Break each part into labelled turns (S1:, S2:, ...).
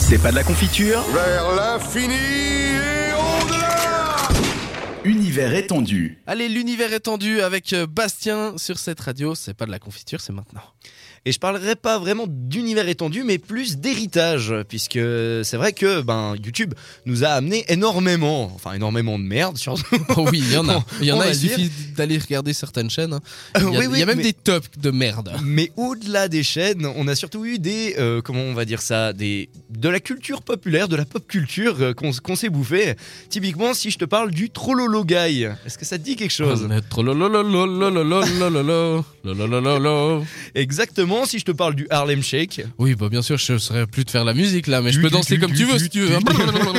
S1: C'est pas de la confiture
S2: Vers l'infini et au-delà
S1: Univers étendu.
S3: Allez, l'univers étendu avec euh, Bastien sur cette radio. C'est pas de la confiture, c'est maintenant.
S4: Et je parlerai pas vraiment d'univers étendu, mais plus d'héritage, puisque c'est vrai que ben, YouTube nous a amené énormément, enfin énormément de merde surtout.
S3: Oh oui, il y en a. Il y en
S4: On
S3: a,
S4: va
S3: il
S4: dire.
S3: suffit d'aller regarder certaines chaînes. hein. Il y a,
S4: Oui,
S3: il
S4: oui,
S3: y a même
S4: mais-
S3: des tops de merde.
S4: Mais au-delà des chaînes, on a surtout eu des, euh, comment on va dire ça, des, de la culture populaire, de la pop culture euh, qu'on qu'on s'est bouffé. Typiquement, si je te parle du Trollolo Guy, est-ce que ça te dit quelque chose
S3: On est trop lololololololololo, lololololo.
S4: Exactement, si je te parle du Harlem Shake.
S3: Oui, bah bien sûr, je serais plus de faire la musique là, mais je
S4: Du,
S3: peux
S4: du,
S3: danser
S4: du,
S3: comme
S4: du,
S3: tu veux
S4: du,
S3: si tu veux. hein.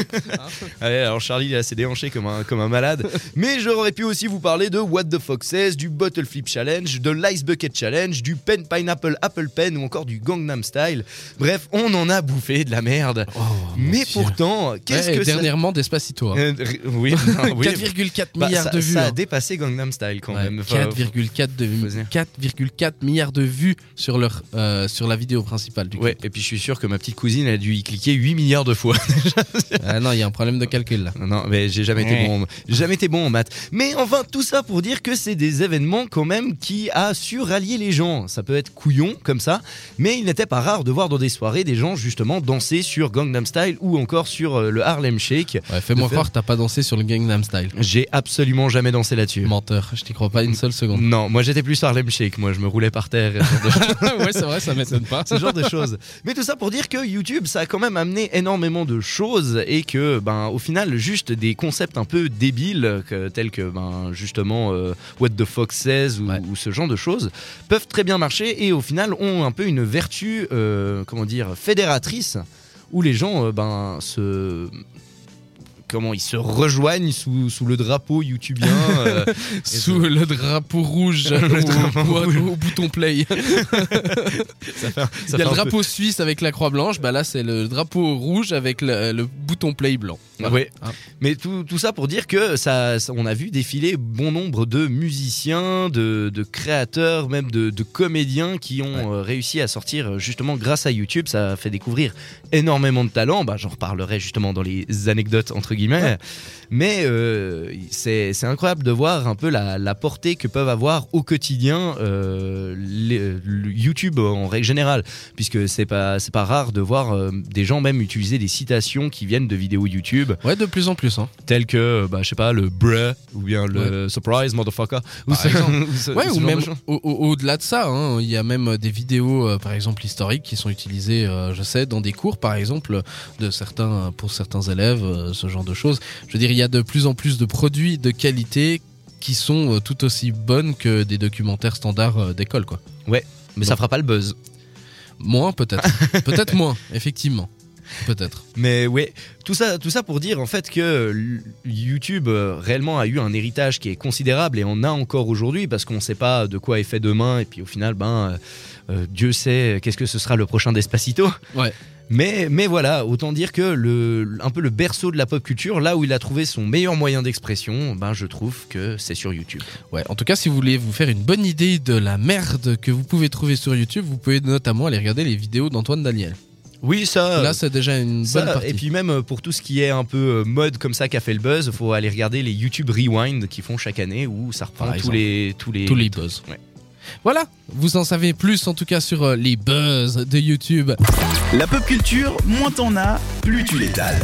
S4: Ah Ouais, alors Charlie il s'est déhanché comme un, comme un malade. Mais j'aurais pu aussi vous parler de What the Fox Says, du Bottle Flip Challenge, de l'Ice Bucket Challenge, du Pen Pineapple Apple Pen ou encore du Gangnam Style. Bref, on en a bouffé de la merde.
S3: Oh, mon
S4: Mais
S3: Dieu.
S4: pourtant, qu'est-ce
S3: Ouais,
S4: que ça...
S3: dernièrement d'Espacito. hein.
S4: Euh, r- oui, non, oui.
S3: 4,4
S4: Bah,
S3: milliards
S4: ça,
S3: de vues.
S4: ça
S3: hein.
S4: a dépassé Gangnam Style quand
S3: Ouais,
S4: même. Enfin,
S3: 4,4 de
S4: faut se dire.
S3: 4,4 milliards de vues sur leur euh, sur la vidéo principale du
S4: Ouais,
S3: clip.
S4: et puis je suis sûr que ma petite cousine a dû y cliquer 8 milliards de fois.
S3: Ah non, il y a un problème de calcul là.
S4: Non, mais j'ai jamais été
S3: Ouais.
S4: bon, j'ai jamais été bon en maths. Mais enfin, tout ça pour dire que c'est des événements quand même qui a su rallier les gens. Ça peut être couillon comme ça, mais il n'était pas rare de voir dans des soirées des gens justement danser sur Gangnam Style ou encore sur euh, le Harlem Shake.
S3: Ouais, Fais-moi
S4: De faire-
S3: croire que t'as pas dansé sur le Gangnam Style.
S4: J'ai absolument jamais dansé là-dessus.
S3: Menteur, je t'y crois pas une seule seconde.
S4: Non, moi j'étais plus Harlem Shake. Moi, je me roulais par terre. et ce genre de-
S3: ouais, c'est vrai, ça m'étonne pas.
S4: ce genre de choses. Mais tout ça pour dire que YouTube, ça a quand même amené énormément de choses et que, ben, au final, juste des concepts un peu débiles, que- tels que, ben, justement, euh, What the Fox Says ou,
S3: Ouais.
S4: ou ce genre de choses, peuvent très bien marcher et au final ont un peu une vertu, euh, comment dire, fédératrice, où les gens, euh, ben, se comment ils se rejoignent sous, sous le drapeau youtubien euh,
S3: Sous le drapeau rouge,
S4: Le
S3: au-
S4: drapeau
S3: au,
S4: rouge.
S3: au bouton play.
S4: ça fait un- ça
S3: Il y a
S4: fait un
S3: le
S4: peu-
S3: drapeau suisse avec la croix blanche, bah là c'est le drapeau rouge avec le, le bouton play blanc. Voilà.
S4: Ouais.
S3: Hein.
S4: Ah. Mais tout, tout ça pour dire que ça, ça- on a vu défiler bon nombre de musiciens, de, de créateurs, même de, de comédiens qui ont euh, réussi à sortir euh, justement grâce à YouTube. Ça fait découvrir énormément de talents. Bah, J'en reparlerai justement dans les anecdotes entre guillemets. Mais euh, c'est c'est incroyable de voir un peu la, la portée que peuvent avoir au quotidien euh, les- le YouTube en règle générale, puisque c'est pas c'est pas rare de voir euh, des gens même utiliser des citations qui viennent de vidéos YouTube
S3: Ouais, de plus en plus. Hein.
S4: tels que, bah, je sais pas, le bruh ou bien le surprise motherfucker. Ou
S3: Par exemple.
S4: ou ce-
S3: Ouais,
S4: ce
S3: ou
S4: genre de
S3: même
S4: choses.
S3: au- au- au-delà de ça, hein, il y a même euh, des vidéos, euh, par exemple historiques, qui sont utilisées, euh, je sais, dans des cours, par exemple, de certains, pour certains élèves, euh, ce genre de choses. Je veux dire, il y a de plus en plus de produits de qualité qui sont euh, tout aussi bonnes que des documentaires standards euh, d'école, quoi.
S4: Mais ça fera pas le buzz.
S3: Moins peut-être, peut-être moins, effectivement, peut-être.
S4: Mais ouais, tout ça, tout ça pour dire en fait que l- YouTube euh, réellement a eu un héritage qui est considérable et on a encore aujourd'hui parce qu'on sait pas de quoi est fait demain et puis au final, ben, euh, euh, Dieu sait qu'est-ce que ce sera le prochain Despacito.
S3: Ouais.
S4: Mais, mais voilà, autant dire que le, un peu le berceau de la pop culture, là où il a trouvé son meilleur moyen d'expression, ben je trouve que c'est sur YouTube.
S3: Ouais, en tout cas, si vous voulez vous faire une bonne idée de la merde que vous pouvez trouver sur YouTube, vous pouvez notamment aller regarder les vidéos d'Antoine Daniel.
S4: Oui, ça. euh,
S3: Là, c'est déjà une
S4: Ça,
S3: bonne partie.
S4: et puis même euh, pour tout ce qui est un peu euh, mode comme ça qui a fait le buzz, faut aller regarder les YouTube Rewind qui font chaque année où ça reprend
S3: Par
S4: tous
S3: exemple.
S4: les tous les
S3: tous les buzz.
S4: Ouais.
S3: Voilà, vous en savez plus en tout cas sur euh, les buzz de YouTube.
S1: La pop culture, moins t'en as, plus tu l'étales.